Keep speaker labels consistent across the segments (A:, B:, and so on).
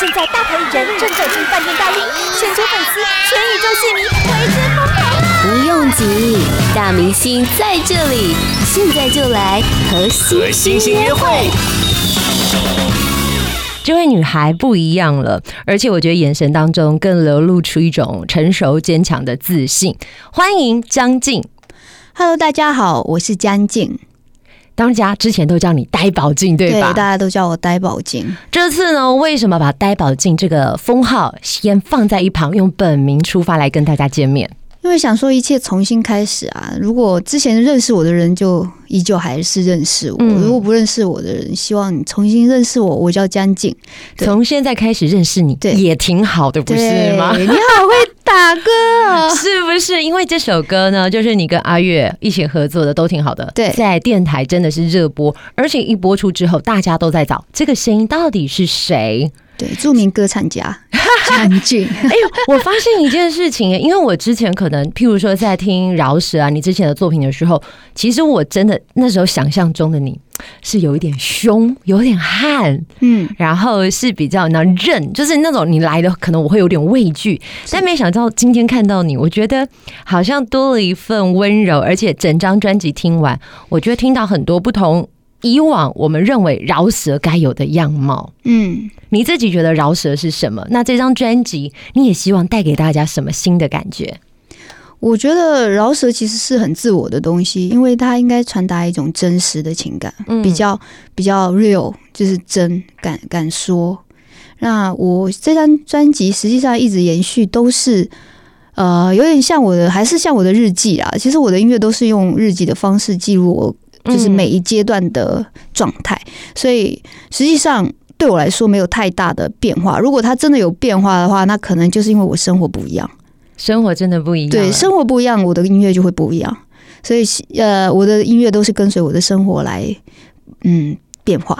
A: 现在大牌艺人正走进饭店大厅，全球粉丝、全宇宙戏迷为之疯狂啊！
B: 不用急，大明星在这里，现在就来和
C: 和
B: 星
C: 星星约会。
D: 这位女孩不一样了，而且我觉得眼神当中更流露出一种成熟坚强的自信。欢迎张静，
E: Hello，大家好，我是江静，
D: 当家之前都叫你呆宝静，对吧？
E: 大家都叫我呆宝静。
D: 这次呢，为什么把呆宝静这个封号先放在一旁，用本名出发来跟大家见面？
E: 因为想说一切重新开始啊，如果之前认识我的人就依旧还是认识我，
D: 嗯
E: 如果不认识我的人，希望你重新认识我，我叫江静。对
D: 从现在开始认识你
E: 对
D: 也挺好的，不是吗？
E: 对你好会打歌啊！
D: 是不是？因为这首歌呢，就是你跟阿月一起合作的，都挺好的。
E: 对
D: 在电台真的是热播，而且一播出之后，大家都在找这个声音到底是谁。
E: 对，著名歌唱家江静，
D: 哎呦，我发现一件事情耶，因为我之前可能，譬如说在听饶舌啊，你之前的作品的时候，其实我真的那时候想象中的你是有一点凶，有点悍，
E: 嗯，
D: 然后是比较能韧，就是那种你来的可能我会有点畏惧，但没想到今天看到你，我觉得好像多了一份温柔，而且整张专辑听完，我觉得听到很多不同以往我们认为饶舌该有的样貌。
E: 嗯，
D: 你自己觉得饶舌是什么？那这张专辑你也希望带给大家什么新的感觉？
E: 我觉得饶舌其实是很自我的东西，因为它应该传达一种真实的情感，
D: 嗯
E: 比较比较 real，就是真敢敢说。那我这张专辑实际上一直延续都是，呃，有点像我的，还是像我的日记啊。其实我的音乐都是用日记的方式记录我
D: 嗯
E: 就是每一阶段的状态，所以实际上对我来说没有太大的变化。如果它真的有变化的话，那可能就是因为我生活不一样。
D: 生活真的不一样了，
E: 对，生活不一样，我的音乐就会不一样。所以，呃，我的音乐都是跟随我的生活来，嗯，变化。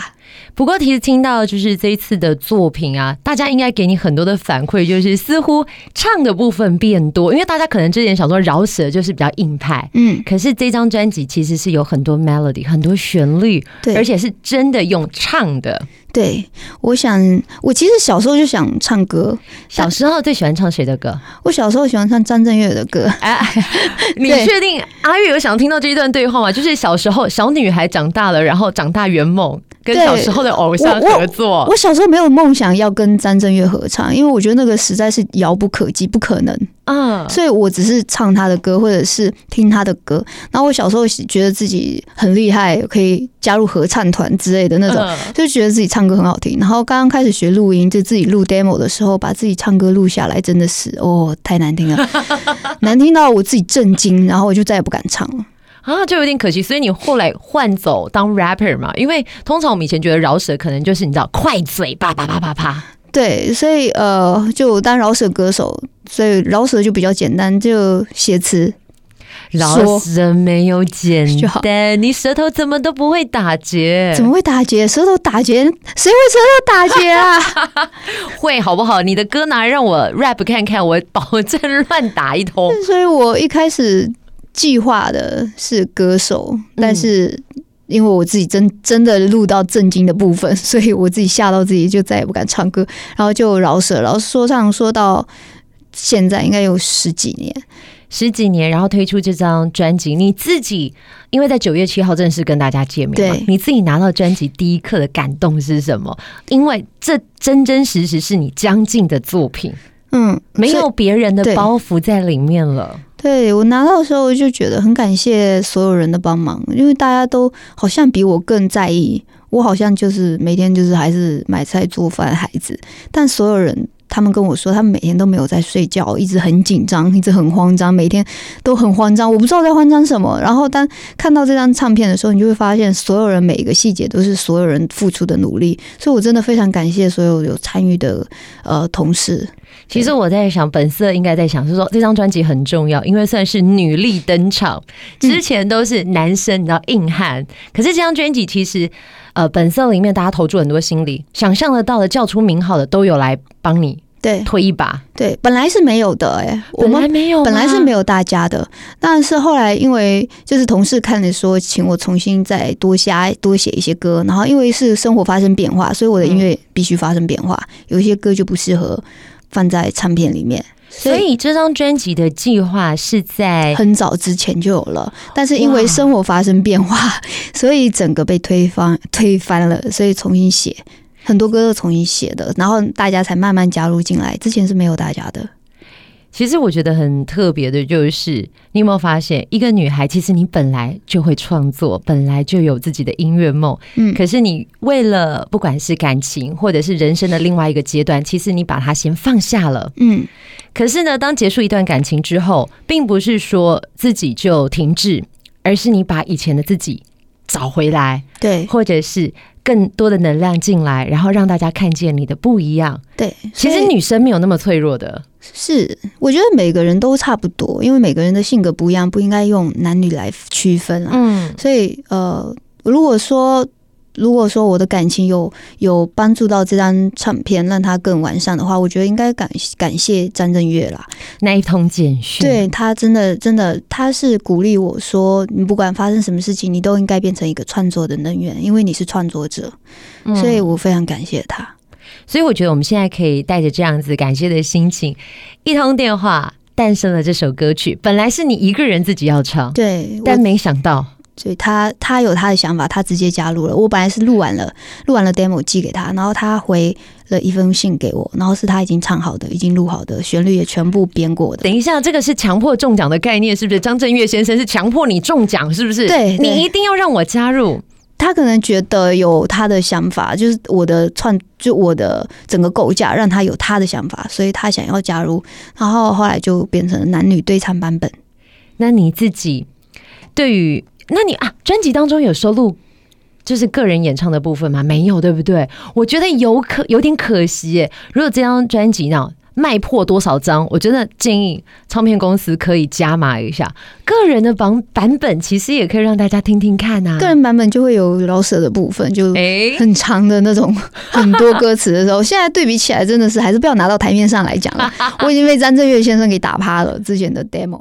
D: 不过，其实听到就是这一次的作品啊，大家应该给你很多的反馈，就是似乎唱的部分变多，因为大家可能之前想说饶舌就是比较硬派，
E: 嗯，
D: 可是这张专辑其实是有很多 melody、很多旋律，
E: 对，
D: 而且是真的用唱的。
E: 对，我想，我其实小时候就想唱歌。
D: 小时候最喜欢唱谁的歌？
E: 我小时候喜欢唱张震岳的歌，
D: 你
E: 啊对
D: 确定阿月有想听到这一段对话吗？就是小时候小女孩长大了，然后长大圆梦，跟
E: 对
D: 小时候的偶像
E: 我我
D: 合作
E: 我。小时候没有梦想要跟张震岳合唱，因为我觉得那个实在是遥不可及，不可能。
D: 嗯，
E: 所以我只是唱他的歌，或者是听他的歌。然后我小时候觉得自己很厉害，可以加入合唱团之类的那种。
D: 嗯
E: 就觉得自己唱歌很好听，然后刚刚开始学录音，就自己录 demo 的时候，把自己唱歌录下来，真的是哦，太难听了， 难听到我自己震惊，然后我就再也不敢唱了。
D: 啊，就有点可惜。所以你后来换走当 rapper 嘛？因为通常我们以前觉得饶舌可能就是你知道快嘴叭叭叭叭叭，
E: 对，所以呃，就当饶舌歌手，所以饶舌就比较简单，就写词。
D: 饶舌没有简
E: 就好
D: 单，你舌头怎么都不会打结，
E: 怎么会打结？舌头打结， 谁会舌头打结啊？
D: 会好不好？你的歌拿来让我 rap 看看，我保证乱打一通。
E: 所以我一开始计划的是歌手，
D: 嗯
E: 但是因为我自己真真的录到震惊的部分， 所以我自己吓到自己，就再也不敢唱歌，然后就饶舌，然后说唱说到现在应该有十几年。
D: 十几年，然后推出这张专辑，你自己因为在九月七号正式跟大家见面嘛
E: 对，
D: 你自己拿到专辑第一刻的感动是什么？因为这真真实实是你将近的作品，
E: 嗯，
D: 没
E: 所以
D: 有别人的
E: 对
D: 包袱在里面了。
E: 对我拿到的时候，我就觉得很感谢所有人的帮忙，因为大家都好像比我更在意。我好像就是每天就是还是买菜做饭孩子，但所有人他们跟我说，他们每天都没有在睡觉，一直很紧张，一直很慌张，每天都很慌张，我不知道在慌张什么。然后当看到这张唱片的时候，你就会发现所有人每一个细节都是所有人付出的努力，所以我真的非常感谢所有有参与的呃同事。
D: 其实我在想，本色应该在想，是说这张专辑很重要，因为算是女力登场，
E: 嗯
D: 之前都是男生，你知道硬汉。可是这张专辑其实，呃，本色里面大家投注很多心力，想象得到的、叫出名号的都有来帮你
E: 对
D: 推一把，
E: 对，本来是没有的哎、我
D: 本来
E: 们
D: 没有吗，
E: 本来是没有大家的，但是后来因为就是同事看了说，请我重新再多加多写一些歌，然后因为是生活发生变化，所以
D: 嗯
E: 我的音乐必须发生变化，有一些歌就不适合放在唱片里面，
D: 所以这张专辑的计划是在
E: 很早之前就有了，但是因为
D: 哎哇
E: 生活发生变化，所以整个被推翻推翻了，所以重新写。很多歌都重新写的，然后大家才慢慢加入进来。之前是没有大家的，
D: 其实我觉得很特别的，就是你有没有发现，一个女孩其实你本来就会创作，本来就有自己的音乐梦，
E: 嗯
D: 可是你为了不管是感情或者是人生的另外一个阶段，其实你把它先放下了。
E: 嗯，
D: 可是呢，当结束一段感情之后，并不是说自己就停滞，而是你把以前的自己找回来，
E: 对
D: 或者是更多的能量进来，然后让大家看见你的不一样。
E: 对。
D: 其
E: 所
D: 实
E: 以
D: 女生没有那么脆弱的，
E: 是，我觉得每个人都差不多，因为每个人的性格不一样，不应该用男女来区分啊。
D: 嗯，
E: 所以呃，如果说如果说我的感情有有帮助到这张唱片，让它更完善的话，我觉得应该感感谢张震岳啦。
D: 那一通简讯，
E: 对他真的真的，他是鼓励我说，你不管发生什么事情，你都应该变成一个创作的能源，因为你是创作者，
D: 嗯
E: 所以我非常感谢他。
D: 所以我觉得我们现在可以带着这样子感谢的心情，一通电话诞生了这首歌曲。本来是你一个人自己要唱，
E: 对，我
D: 但没想到，
E: 所以他他有他的想法，他直接加入了。我本来是录完了，录完了 demo 寄给他，然后他回了一封信给我，然后是他已经唱好的，已经录好的，旋律也全部编过的。
D: 等一下，这个是强迫中奖的概念，是不是？张震岳先生是强迫你 中奖，是不是？
E: 对对
D: 你一定要让我加入。
E: 他可能觉得有他的想法，就是我的创，就我的整个构架让他有他的想法，所以他想要加入，然后后来就变成了男女对唱版本。
D: 那你自己对于，那你啊，专辑当中有收录就是个人演唱的部分吗？没有，对不对？我觉得有可有点可惜耶。如果这张专辑呢卖破多少张，我觉得建议唱片公司可以加码一下，个人的版版本其实也可以让大家听听看啊。
E: 个人版本就会有饶舌的部分，就
D: 哎，
E: 很长的那种，很多歌词的时候，现在对比起来，真的是还是不要拿到台面上来 讲了。我已经被张震岳先生给打趴了，之前的 demo。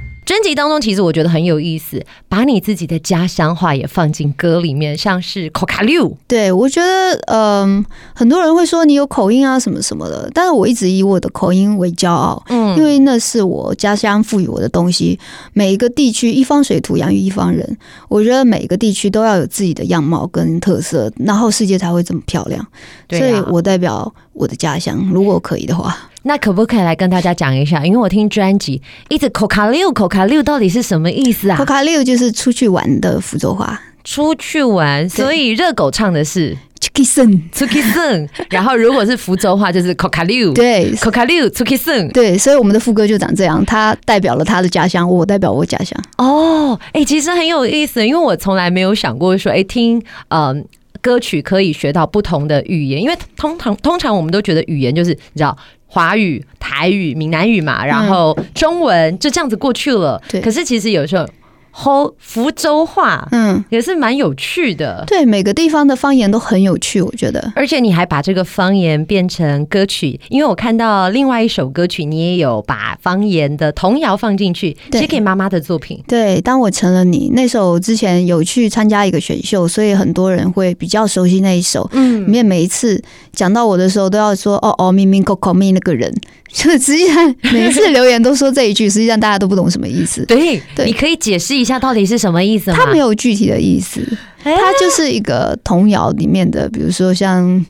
D: 专辑当中，其实我觉得很有意思，把你自己的家乡话也放进歌里面，像是 c o c a l u
E: 对，我觉得，嗯，很多人会说你有口音啊，什么什么的，但是我一直以我的口音为骄傲，
D: 嗯
E: 因为那是我家乡赋予我的东西。每一个地区，一方水土养育一方人，我觉得每个地区都要有自己的样貌跟特色，然后世界才会这么漂亮。
D: 对
E: 所以
D: 啊
E: 我代表我的家乡，如果可以的话。
D: 那可不可以来跟大家讲一下？因为我听专辑一直 c o c a l u c o c a l u 到底是什么意思
E: 口
D: 啊？
E: 卡六就是出去玩的福州话
D: 出去玩，所以热狗唱的是
E: ，chicken。
D: t u k i s u n 然后如果是福州话就是 c o c a l u
E: 对
D: c o c a l u t u k i s u n
E: 对，所以我们的副歌就长这样，他代表了他的家乡，我代表我家乡。
D: 哦，哎、其实很有意思，因为我从来没有想过说，哎、听，嗯。歌曲可以学到不同的语言，因为通常通常我们都觉得语言就是你知道华语、台语、闽南语嘛，然后中文就这样子过去了。
E: 对
D: 可是其实有时候，吼福州话
E: 嗯，
D: 也是蛮有趣的，
E: 对，每个地方的方言都很有趣，我觉得。
D: 而且你还把这个方言变成歌曲，因为我看到另外一首歌曲，你也有把方言的童谣放进去，
E: 对
D: 写给妈妈的作品。
E: 对，当我成了你那首，之前有去参加一个选秀，所以很多人会比较熟悉那一首。里
D: 嗯，
E: 面每一次讲到我的时候，都要说哦哦，明明 Coco 咪那个人， 就实际上每一次留言都说这一句，实际上大家都不懂什么意思。
D: 对，
E: 对
D: 你可以解释一下到底是什么意思吗？
E: 它没有具体的意思，
D: 哎
E: 它就是一个童谣里面的，比如说像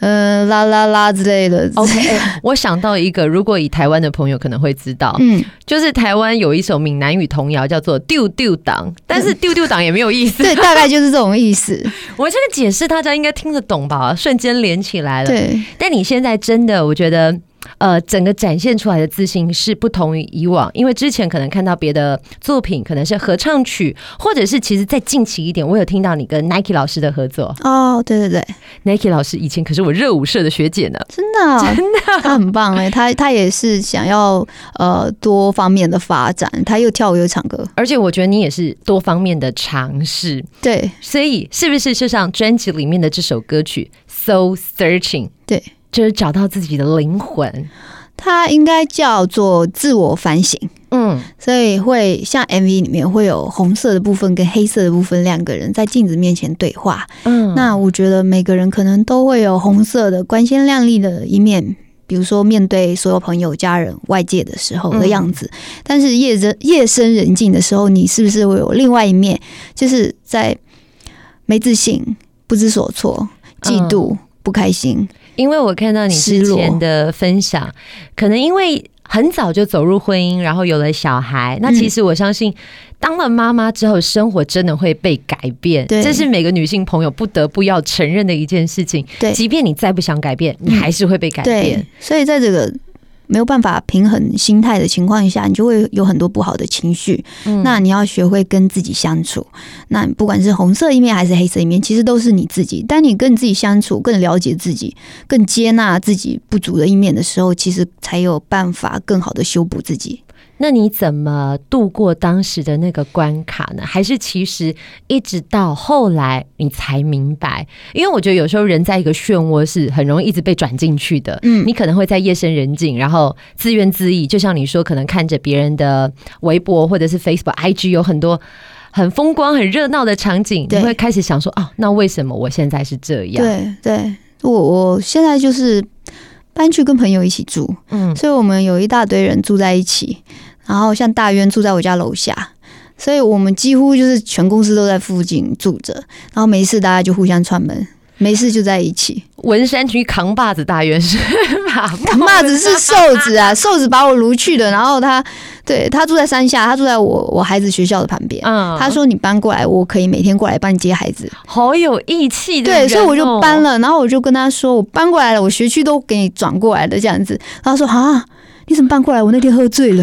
E: 呃啦啦啦之类的。
D: OK，哎 我想到一个，如果以台湾的朋友可能会知道，
E: 嗯，
D: 就是台湾有一首闽南语童谣叫做“丢丢党”，但是“丢丢党”也没有意思。
E: 嗯对，大概就是这种意 思。
D: 我这个解释大家应该听得懂吧？瞬间连起来了。
E: 对，
D: 但你现在真的，我觉得，嗯、呃整个展现出来的自信是不同于以往，因为之前可能看到别的作品，可能是合唱曲，或者是其实再近期一点，我有听到你跟 Nike 老师的合作
E: 哦，对对对，
D: ，Nike 老师以前可是我热舞社的学姐呢，
E: 真的哦、
D: 真的
E: 他很棒哎、他他也是想要呃多方面的发展，他又跳舞又唱歌，
D: 而且我觉得你也是多方面的尝试，
E: 对
D: 所以是不是就像专辑里面的这首歌曲《So Searching》，
E: 对，
D: 就是找到自己的灵魂。
E: 他应该叫做自我反省。
D: 嗯，
E: 所以会像 MV 里面会有红色的部分跟黑色的部分，两个人在镜子面前对话。
D: 嗯
E: 那我觉得每个人可能都会有红色的光鲜亮丽的一面，比如说面对所有朋友、家人、外界的时候的样子。但是夜深夜深人静的时候，你是不是会有另外一面，就是在没自信、不知所措、嫉妒、不开心？
D: 因为我看到你之前的分享，可能因为很早就走入婚姻，然后有了小孩。
E: 嗯
D: 那其实我相信，当了妈妈之后，生活真的会被改变。
E: 对
D: 这是每个女性朋友不得不要承认的一件事情。
E: 对
D: 即便你再不想改变，你还是会被改变。
E: 对，所以在这个没有办法平衡心态的情况下，你就会有很多不好的情绪。
D: 嗯
E: 那你要学会跟自己相处。那不管是红色一面还是黑色一面，其实都是你自己。当你跟自己相处，更了解自己，更接纳自己不足的一面的时候，其实才有办法更好的修补自己。
D: 那你怎么度过当时的那个关卡呢？还是其实一直到后来你才明白？因为我觉得有时候人在一个漩涡是很容易一直被转进去的。
E: 嗯
D: 你可能会在夜深人静，然后自怨自艾，就像你说，可能看着别人的微博或者是 Facebook、IG 有很多。很风光、很热闹的场景，你
E: 对
D: 会开始想说：哦，那为什么我现在是这样？
E: 对对，我我现在就是搬去跟朋友一起住，
D: 嗯，
E: 所以我们有一大堆人住在一起，然后像大渊住在我家楼下，所以我们几乎就是全公司都在附近住着，然后没事大家就互相串门，没事就在一起。
D: 文山区扛把子大院是 吧？
E: 骂子是瘦子啊，瘦子把我撸去的，然后他对他住在山下，他住在我我孩子学校的旁边。
D: 嗯
E: 他说：“你搬过来，我可以每天过来帮你接孩子。
D: 好有义气”的、哦
E: 对，所以我就搬
D: 了。
E: 了，然后我就跟他说：“我搬过来了，我学区都给你转过来的这样子。”然后他说：“啊，你怎么搬过来？我那天喝醉了。”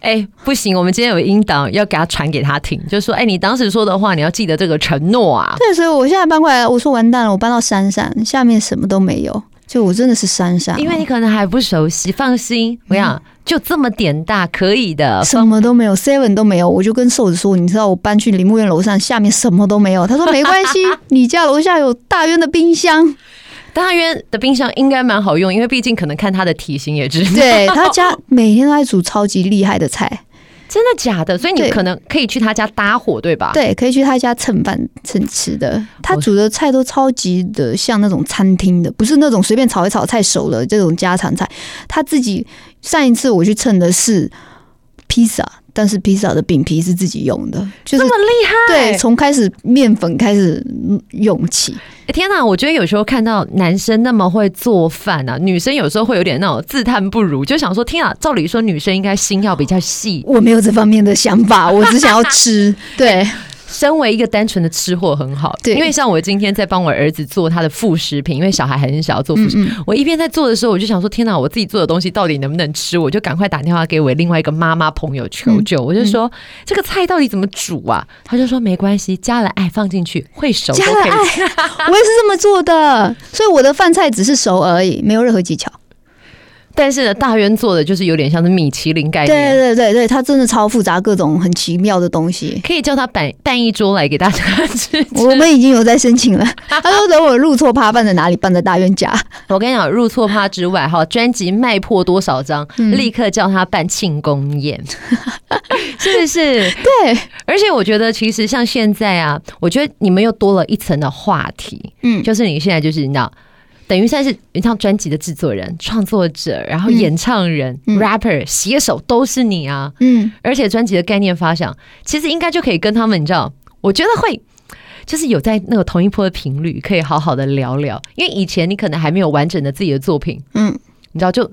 D: 哎、不行，我们今天有音档要给他传给他听，就说，哎、你当时说的话，你要记得这个承诺 啊。
E: 对，所以我现在搬过来，我说完蛋了，我搬到山上，下面什么都没有，就我真的是山上，
D: 因为你可能还不熟悉，放心，我
E: 嗯
D: 想就这么点大，可以的。
E: 什么都没有，seven 都没有，我就跟瘦子说，你知道我搬去林木院楼上，下面什么都没有。他说没关 系，你家楼下有大渊的冰箱。
D: 大渊的冰箱应该蛮好用，因为毕竟可能看他的体型也知道。
E: 对他家每天都在煮超级厉害的菜，
D: 真的假的？所以你
E: 对
D: 可能可以去他家搭伙，对吧？，
E: 对，可以去他家蹭饭蹭吃的。他煮的菜都超级的像那种餐厅的，不是那种随便炒一炒菜熟了这种家常菜。他自己上一次我去蹭的是披萨，但是披萨的饼皮是自己用的，就是
D: 这么欸厉害。
E: 对，从开始面粉开始嗯用起。
D: 哎天哪，我觉得有时候看到男生那么会做饭啊，女生有时候会有点那种自叹不如，就想说，天啊，照理说女生应该心要比较细。
E: 我没有这方面的想 法，我只想要吃。对，
D: 身为一个单纯的吃货很好，
E: 对
D: 因为像我今天在帮我儿子做他的副食品，因为小孩很小做副食，
E: 嗯
D: 我一边在做的时候，我就想说，天哪，我自己做的东西到底能不能吃？我就赶快打电话给我另外一个妈妈朋友
E: 嗯
D: 求救，我就说、这个菜到底怎么煮啊？他就说没关系，加了爱放进去会熟都
E: 加
D: 可
E: 了
D: 以
E: 爱，
D: 吃。
E: 我也是这么做的，所以我的饭菜只是熟而已，没有任何技巧。
D: 但是呢，大渊做的就是有点像是米其林概
E: 对
D: 念。
E: 对对对，它真的超复杂，各种很奇妙的 东西。
D: 可以叫他摆蛋一桌来给大家吃。
E: 我 们已经有在申请了，他说等我入错趴办在哪里，办在大院家。
D: 我跟你讲，入错趴之外，哈，专辑卖破多少张，
E: 嗯
D: 立刻叫他办庆功宴， 是不是？
E: 对，
D: 而且我觉得，其实像现在啊，我觉得你们又多了一层的话题，
E: 嗯，
D: 就是你现在就是你知道，等于算是一张专辑的制作人、创作者，然后
E: 嗯
D: 演唱人、
E: 嗯
D: rapper、写手都是你啊。
E: 嗯，
D: 而且专辑的概念发想，其实应该就可以跟他们，你知道，我觉得会。就是有在那个同一波的频率，可以好好的聊聊。因为以前你可能还没有完整的自己的作品，
E: 嗯，
D: 你知道就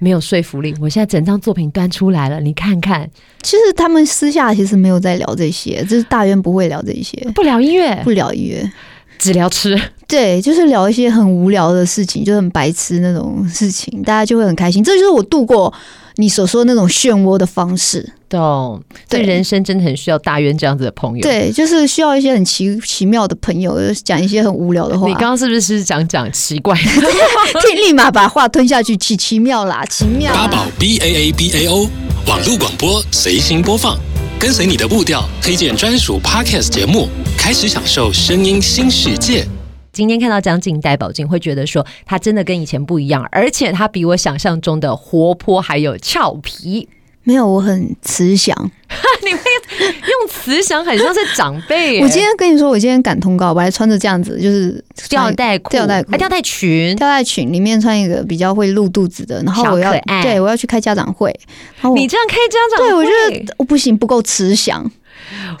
D: 没有说服力。我现在整张作品端出来了，你看看，
E: 其实他们私下其实没有在聊这些，就是大院不会聊这些，
D: 不聊音乐，
E: 不聊音乐。
D: 只聊吃。
E: 对，就是聊一些很无聊的事情，就是很白痴那种事情，大家就会很开心。这就是我度过你所说那种漩涡的方式。
D: 懂。对，
E: 对
D: 人生真的很需要大渊这样子的朋友。，
E: 对，就是需要一些很奇奇妙的朋友，就是讲一些很无聊的话。
D: 你刚刚是不是讲讲奇 怪？
E: 可以立马把话吞下去，奇奇妙啦，奇妙
C: 八宝
E: 啦。
C: B A A B A O 网络广播随心播放，跟随你的步调，推荐专属 Podcast 节目，开始享受声音新世界。
D: 今天看到江静戴宝镜，会觉得说她真的跟以前不一样，而且她比我想象中的活泼还有俏皮。
E: 没有，我很慈祥。
D: 你会 用慈祥，很像是长辈耶。
E: 我今天跟你说，我今天赶通告，我还穿着这样子，就是
D: 吊
E: 穿
D: 带裤、
E: 吊带裤
D: 啊吊带裙，
E: 吊带裙，里面穿一个比较会露肚子的，然后
D: 小
E: 我要
D: 可爱
E: 对我要去开家长会，然后我
D: 你这样开家长
E: 对我
D: 会
E: 觉得我不行，不够慈祥。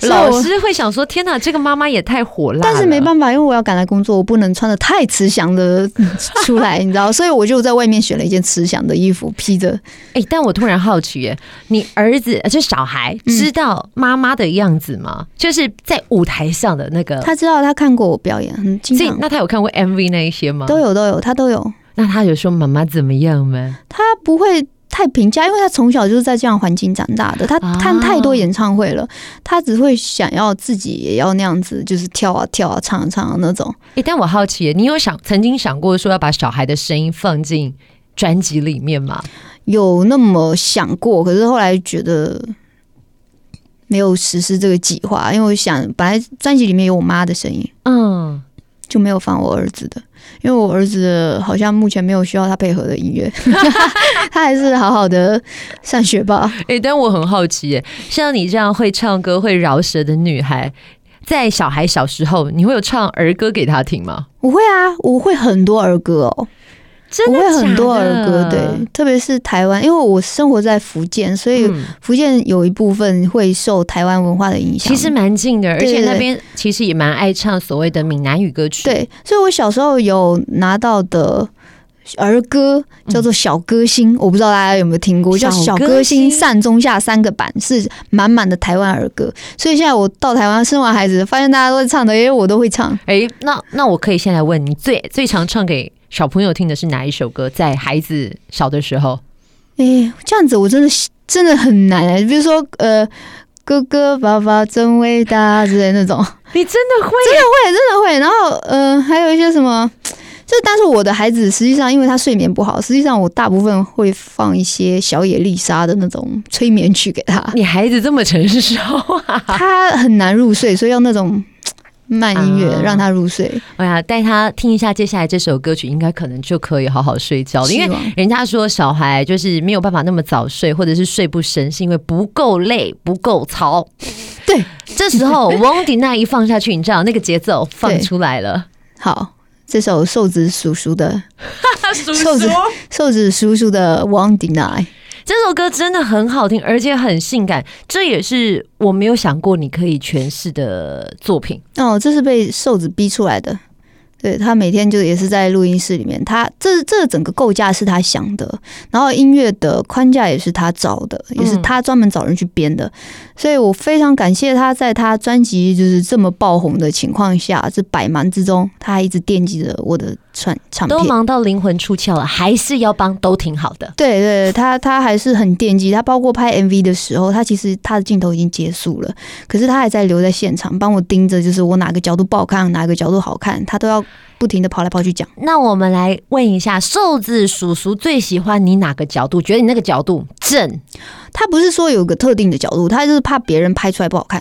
E: 所以我
D: 老师会想说：“天哪，这个妈妈也太火辣了。”
E: 但是没办法，因为我要赶来工作，我不能穿的太慈祥的出 来，你知道，所以我就在外面选了一件慈祥的衣服披着。
D: 哎、但我突然好奇耶，你儿子呃就小孩
E: 嗯
D: 知道妈妈的样子吗？就是在舞台上的那个，
E: 他知道他看过我表演，很经
D: 所以
E: 常
D: 那他有看过 MV 那一些吗？
E: 都有都有，他都有。
D: 那他有说妈妈怎么样吗？
E: 他不会太评价，因为他从小就是在这样环境长大的，他
D: 啊
E: 看太多演唱会了，他只会想要自己也要那样子，就是跳啊跳啊、唱啊唱啊那种。
D: 哎、但我好奇耶，你有想曾经想过说要把小孩的声音放进专辑里面吗？
E: 有那么想过，可是后来觉得没有实施这个计划，因为我想本来专辑里面有我妈的声音，
D: 嗯，
E: 就没有放我儿子的，因为我儿子好像目前没有需要他配合的音乐，他还是好好的上学吧。
D: 哎、但我很好奇耶，像你这样会唱歌、会饶舌的女孩，在小孩小时候，你会有唱儿歌给他听吗？
E: 我会啊，我会很多儿歌哦。
D: 真
E: 我
D: 的
E: 会很
D: 假
E: 多儿
D: 的
E: 歌，对，特别是台湾，因为我生活在福建，所以
D: 嗯
E: 福建有一部分会受台湾文化的影
D: 其
E: 响。
D: 实蛮近的，而
E: 对
D: 且
E: 对
D: 那
E: 对
D: 边其实也蛮爱唱所谓的闽南语歌曲。，
E: 对，所以我小时候有拿到的。儿歌叫做《小歌星》，我不知道大家有没有听过，叫
D: 嗯
E: 《
D: 小
E: 小
D: 歌
E: 歌星》
D: 星
E: 上中下三个版是满满的台湾儿歌，所以现在我到台湾生完孩子，发现大家都会唱的，因为我都会唱。
D: 哎，那那我可以先来问你，最最常唱给小朋友听的是哪一首歌？在孩子小的时候，
E: 哎、
D: 嗯
E: 这样子我真的是真的很难、欸，比如说呃，哥哥爸爸真伟大之类那种，
D: 你真的 会？
E: 会，真的会。然后，呃，还有一些什么，就但是我的孩子实际上，因为他睡眠不好，实际上我大部分会放一些小野丽莎的那种催眠曲给 他，
D: 你孩子这么成熟啊！
E: 他很难入睡，所以要那种慢音乐
D: 啊
E: 让他入睡。
D: 哎呀，带他听一下接下来这首歌曲，应该可能就可以好好睡觉了。因
E: 希
D: 为
E: 望
D: 人家说小孩就是没有办法那么早睡，或者是睡不深，是因为不够累、不够操。
E: 对，
D: 这时候 Wong d e n i 一放下去，你知道那个节奏放
E: 对
D: 出来了。
E: 好，这首瘦子叔叔的瘦子瘦子叔叔的《Won't Deny》，
D: 这首歌真的很好听，而且很性感，这也是我没有想过你可以诠释的作品。
E: 哦，这是被瘦子逼出来的。对他每天就也是在录音室里面，他这这整个构架是他想的，然后音乐的框架也是他找的，也是他专门找人去编的，所以我非常感谢他在他专辑就是这么爆红的情况下，这百忙之中，他还一直惦记着我的唱唱
D: 都
E: 片。
D: 忙到灵魂出窍了，还是要帮，都挺好的。
E: 对对，他他还是很惦记，他包括拍 MV 的时候，他其实他的镜头已经结束了，可是他还在留在现场帮我盯着，就是我哪个角度不好看，哪个角度好看，他都要不停的跑来跑去讲。
D: 那我们来问一下，瘦子叔叔最喜欢你哪个角度？觉得你那个角度正，
E: 他不是说有个特定的角度，他就是怕别人拍出来不好看，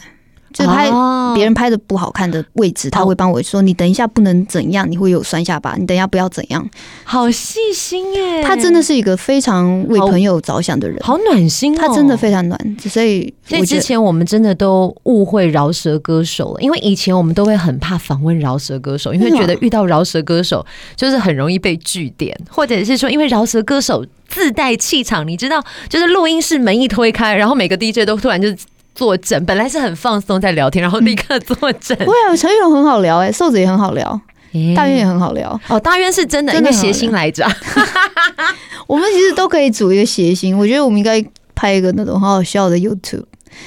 E: 就是拍
D: 哦
E: 别人拍的不好看的位置，他会帮我说：“你等一下不能怎样，你会有酸下巴，你等一下不要怎样。
D: 好细心耶，”
E: 他真的是一个非常为
D: 好
E: 朋友着想的人，
D: 好暖心哦，
E: 他真的。非常暖，所以
D: 所以
E: 我
D: 之
E: 觉得
D: 前我们真的都误会饶舌歌手了，因为以前我们都会很怕访问饶舌歌手，因为
E: 真的
D: 觉
E: 啊
D: 得遇到饶舌歌手就是很容易被据点，或者是说因为饶舌歌手自带气场，你知道，就是录音室门一推开，然后每个 DJ 都突然就坐正，本来是很放松在聊天，然后立刻坐正。
E: 不会啊，陈玉龙很好聊哎、瘦子也很好聊，
D: 诶
E: 大渊也很好聊，
D: 哦，大渊是真的，
E: 真
D: 应
E: 的
D: 该
E: 很好
D: 谐星来着。啊
E: 哎我们其实都可以组一个谐星，我觉得我们应该拍一个那种好好笑的 YouTube。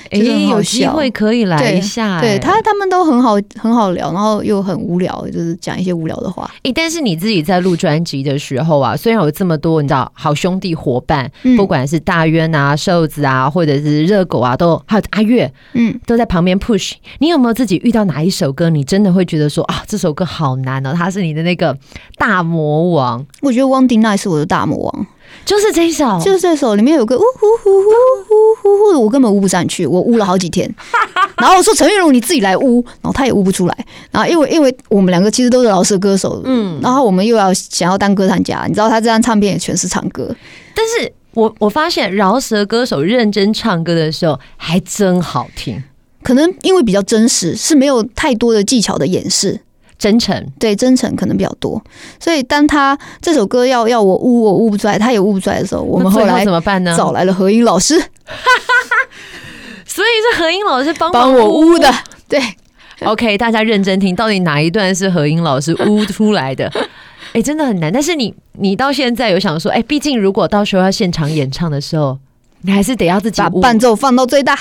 E: 就是很
D: 诶
E: 好
D: 有机
E: 笑
D: 会可以来
E: 对
D: 一下、哎
E: 对
D: 诶
E: 他他们都很好很好聊，然后又很无聊，就是讲一些无聊的话。
D: 诶，但是你自己在录专辑的时候啊，虽然有这么多你知道好兄弟伙伴，
E: 嗯
D: 不管是大渊啊、瘦子啊，或者是热狗啊，都还有阿月
E: 嗯，
D: 都在旁边 push。你有没有自己遇到哪一首歌，你真的会觉得说啊，这首歌好难哦，它是你的那个大魔王，
E: 我觉得《One Day Night》是我的大魔王，
D: 就是这一首，
E: 就是这首里面有个呜呼呼呼呼呼呼，我根本呜不上去，我呜了好几 天。然后我说陈韵如你自己来呜，然后他也呜不出来。然后因为因为我们两个其实都是老式歌手，嗯，然后我们又要想要当歌唱家，你知道他这张唱片也全是唱歌，
D: 但是。我我发现饶舌歌手认真唱歌的时候还真好听，
E: 可能因为比较真实，是没有太多的技巧的掩饰。
D: 真诚。
E: 对真诚可能比较多，所以当他这首歌要要我悟我悟不出来，他也悟不出来的时候，我们
D: 那
E: 后
D: 最
E: 来
D: 怎么办呢？
E: 找来了何英老师
D: 所以是何英老师帮
E: 帮
D: 忙
E: 我
D: 呜
E: 悟的。对，
D: OK，大家认真听，到底哪一段是何英老师 污出来的？哎、真的很难。但是你，你到现在有想说，哎、毕竟如果到时候要现场演唱的时候，你还是得要自己
E: 把
D: 污。
E: 伴奏放 到最大，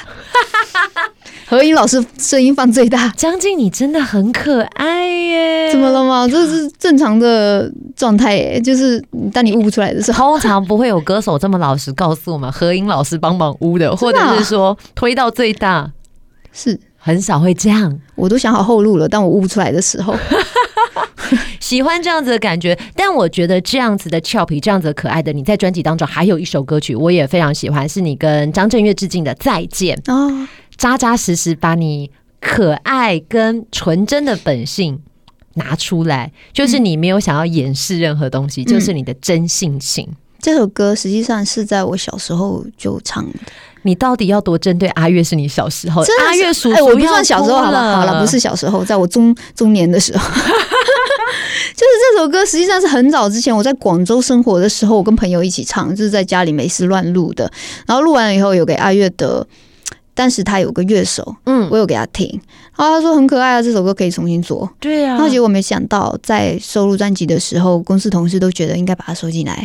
E: 何英老师声音放最大。
D: 将近你真的很可爱耶。
E: 怎么？了吗？这是正常的状态耶，就是当你悟不出来的时候，
D: 通常不会有歌手这么老实告诉我们何英老师帮忙污的，或
E: 真的啊
D: 者是说推到最大，
E: 是
D: 很少会这样。
E: 我都想好后路了，但我悟不出来的时候，
D: 喜欢这样子的感觉，但我觉得这样子的俏皮，这样子的可爱的，你在专辑当中还有一首歌曲，我也非常喜欢，是你跟张震岳致敬的《再见》。
E: 啊，
D: 扎扎实实把你可爱跟纯真的本性拿出来，就是你没有想要掩饰任何
E: 嗯
D: 东西，就是你的真性情。
E: 这首歌实际上是在我小时候就唱的。
D: 你到底要多针对阿月？是你小时候，
E: 真的
D: 哦阿
E: 是
D: 月叔叔、
E: 哎，我不算小时候，好
D: 了，
E: 了，好了，不是小时候，在我中中年的时候， 就是这首歌实际上是很早之前我在广州生活的时候，我跟朋友一起唱，就是在家里没事乱录的。然后录完了以后，有给阿月的，当时他有个乐手，
D: 嗯，
E: 我有给他听，然后他说很可爱啊，这首歌可以重新做。
D: 对啊
E: 然后结果没想到，在收录专辑的时候，公司同事都觉得应该把它收进来，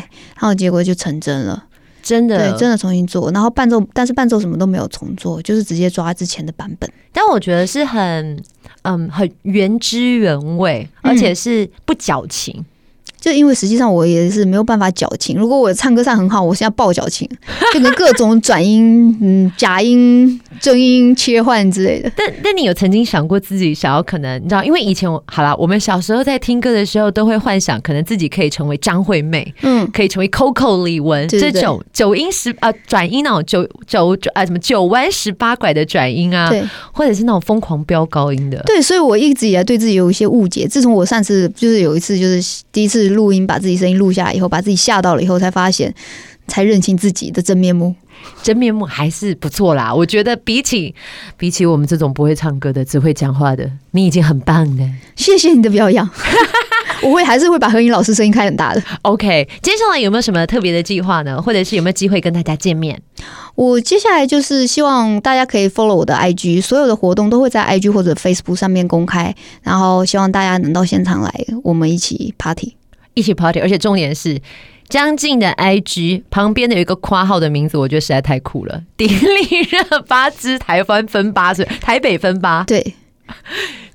E: 然后结果就成真了。
D: 真的，
E: 对，真的重新做，然后伴奏，但是伴奏什么都没有重做，就是直接抓之前的版本。
D: 但我觉得是很，嗯，很原汁原味，
E: 嗯
D: 而且是不矫情。
E: 就因为实际上我也是没有办法矫情，如果我唱歌唱很好，我现在爆矫情， 就能各种转音、 嗯假音、正音切换之类的。
D: 但但你有曾经想过自己想要可能你知道，因为以前我好啦，我们小时候在听歌的时候都会幻想，可能自己可以成为张惠妹，
E: 嗯，
D: 可以成为 Coco 李玟
E: 对对
D: 这种九音十啊转音那种九九九啊什么九弯十八拐的转音啊，
E: 对
D: 或者是那种疯狂飙高音的。
E: 对，所以我一直以来对自己有一些误解。自从我上次就是有一次就是第一次录音，把自己声音录下来以后，把自己吓到了以后，才发现。才认清自己的真面目，
D: 真面目还是不错啦，我觉得比起比起我们这种不会唱歌的，只会讲话的，你已经很棒了。
E: 谢谢你的表扬， 我会还是会把何英老师声音开很大的。
D: OK，接下来有没有什么特别的计划呢？或者是有没有机会跟大家见面？
E: 我接下来就是希望大家可以 follow 我的 IG，所有的活动都会在 IG 或者 Facebook 上面公开，然后希望大家能到现场来，我们一起 party。
D: 一起 party，而且重点是。江静的 IG 旁边的有一个括号的名字，我觉得实在太酷了。迪丽热巴之台湾分吧，是台北分吧，
E: 对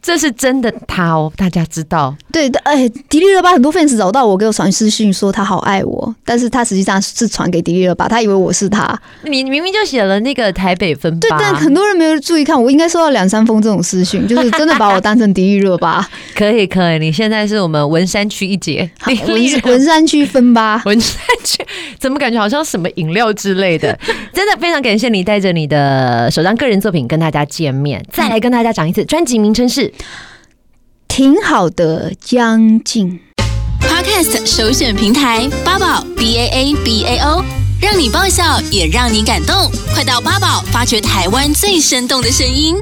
D: 这是真的他哦，大家知道。
E: 对，哎，迪丽热巴很多 fans 找到我，给我传私讯说她好爱我，但是她实际上是传给迪丽热巴，她以为我是她。
D: 你明明就写了那个台北分吧，
E: 对，但很多人没有注意看，我应该收到两三封这种私讯，就是真的把我当成迪丽热 巴，
D: 可以可以，你现在是我们 文山区一姐，迪丽热
E: 文文山区分吧。
D: 文山区，怎么感觉好像什么饮料之类的？ 真的非常感谢你带着你的首张个人作品跟大家见面，再来跟大家讲一次，专辑名称是
E: 挺好的，将近。
B: Podcast 首选平台八宝 B A A B A O，让你爆笑也让你感动，快到八宝发掘台湾最生动的声音。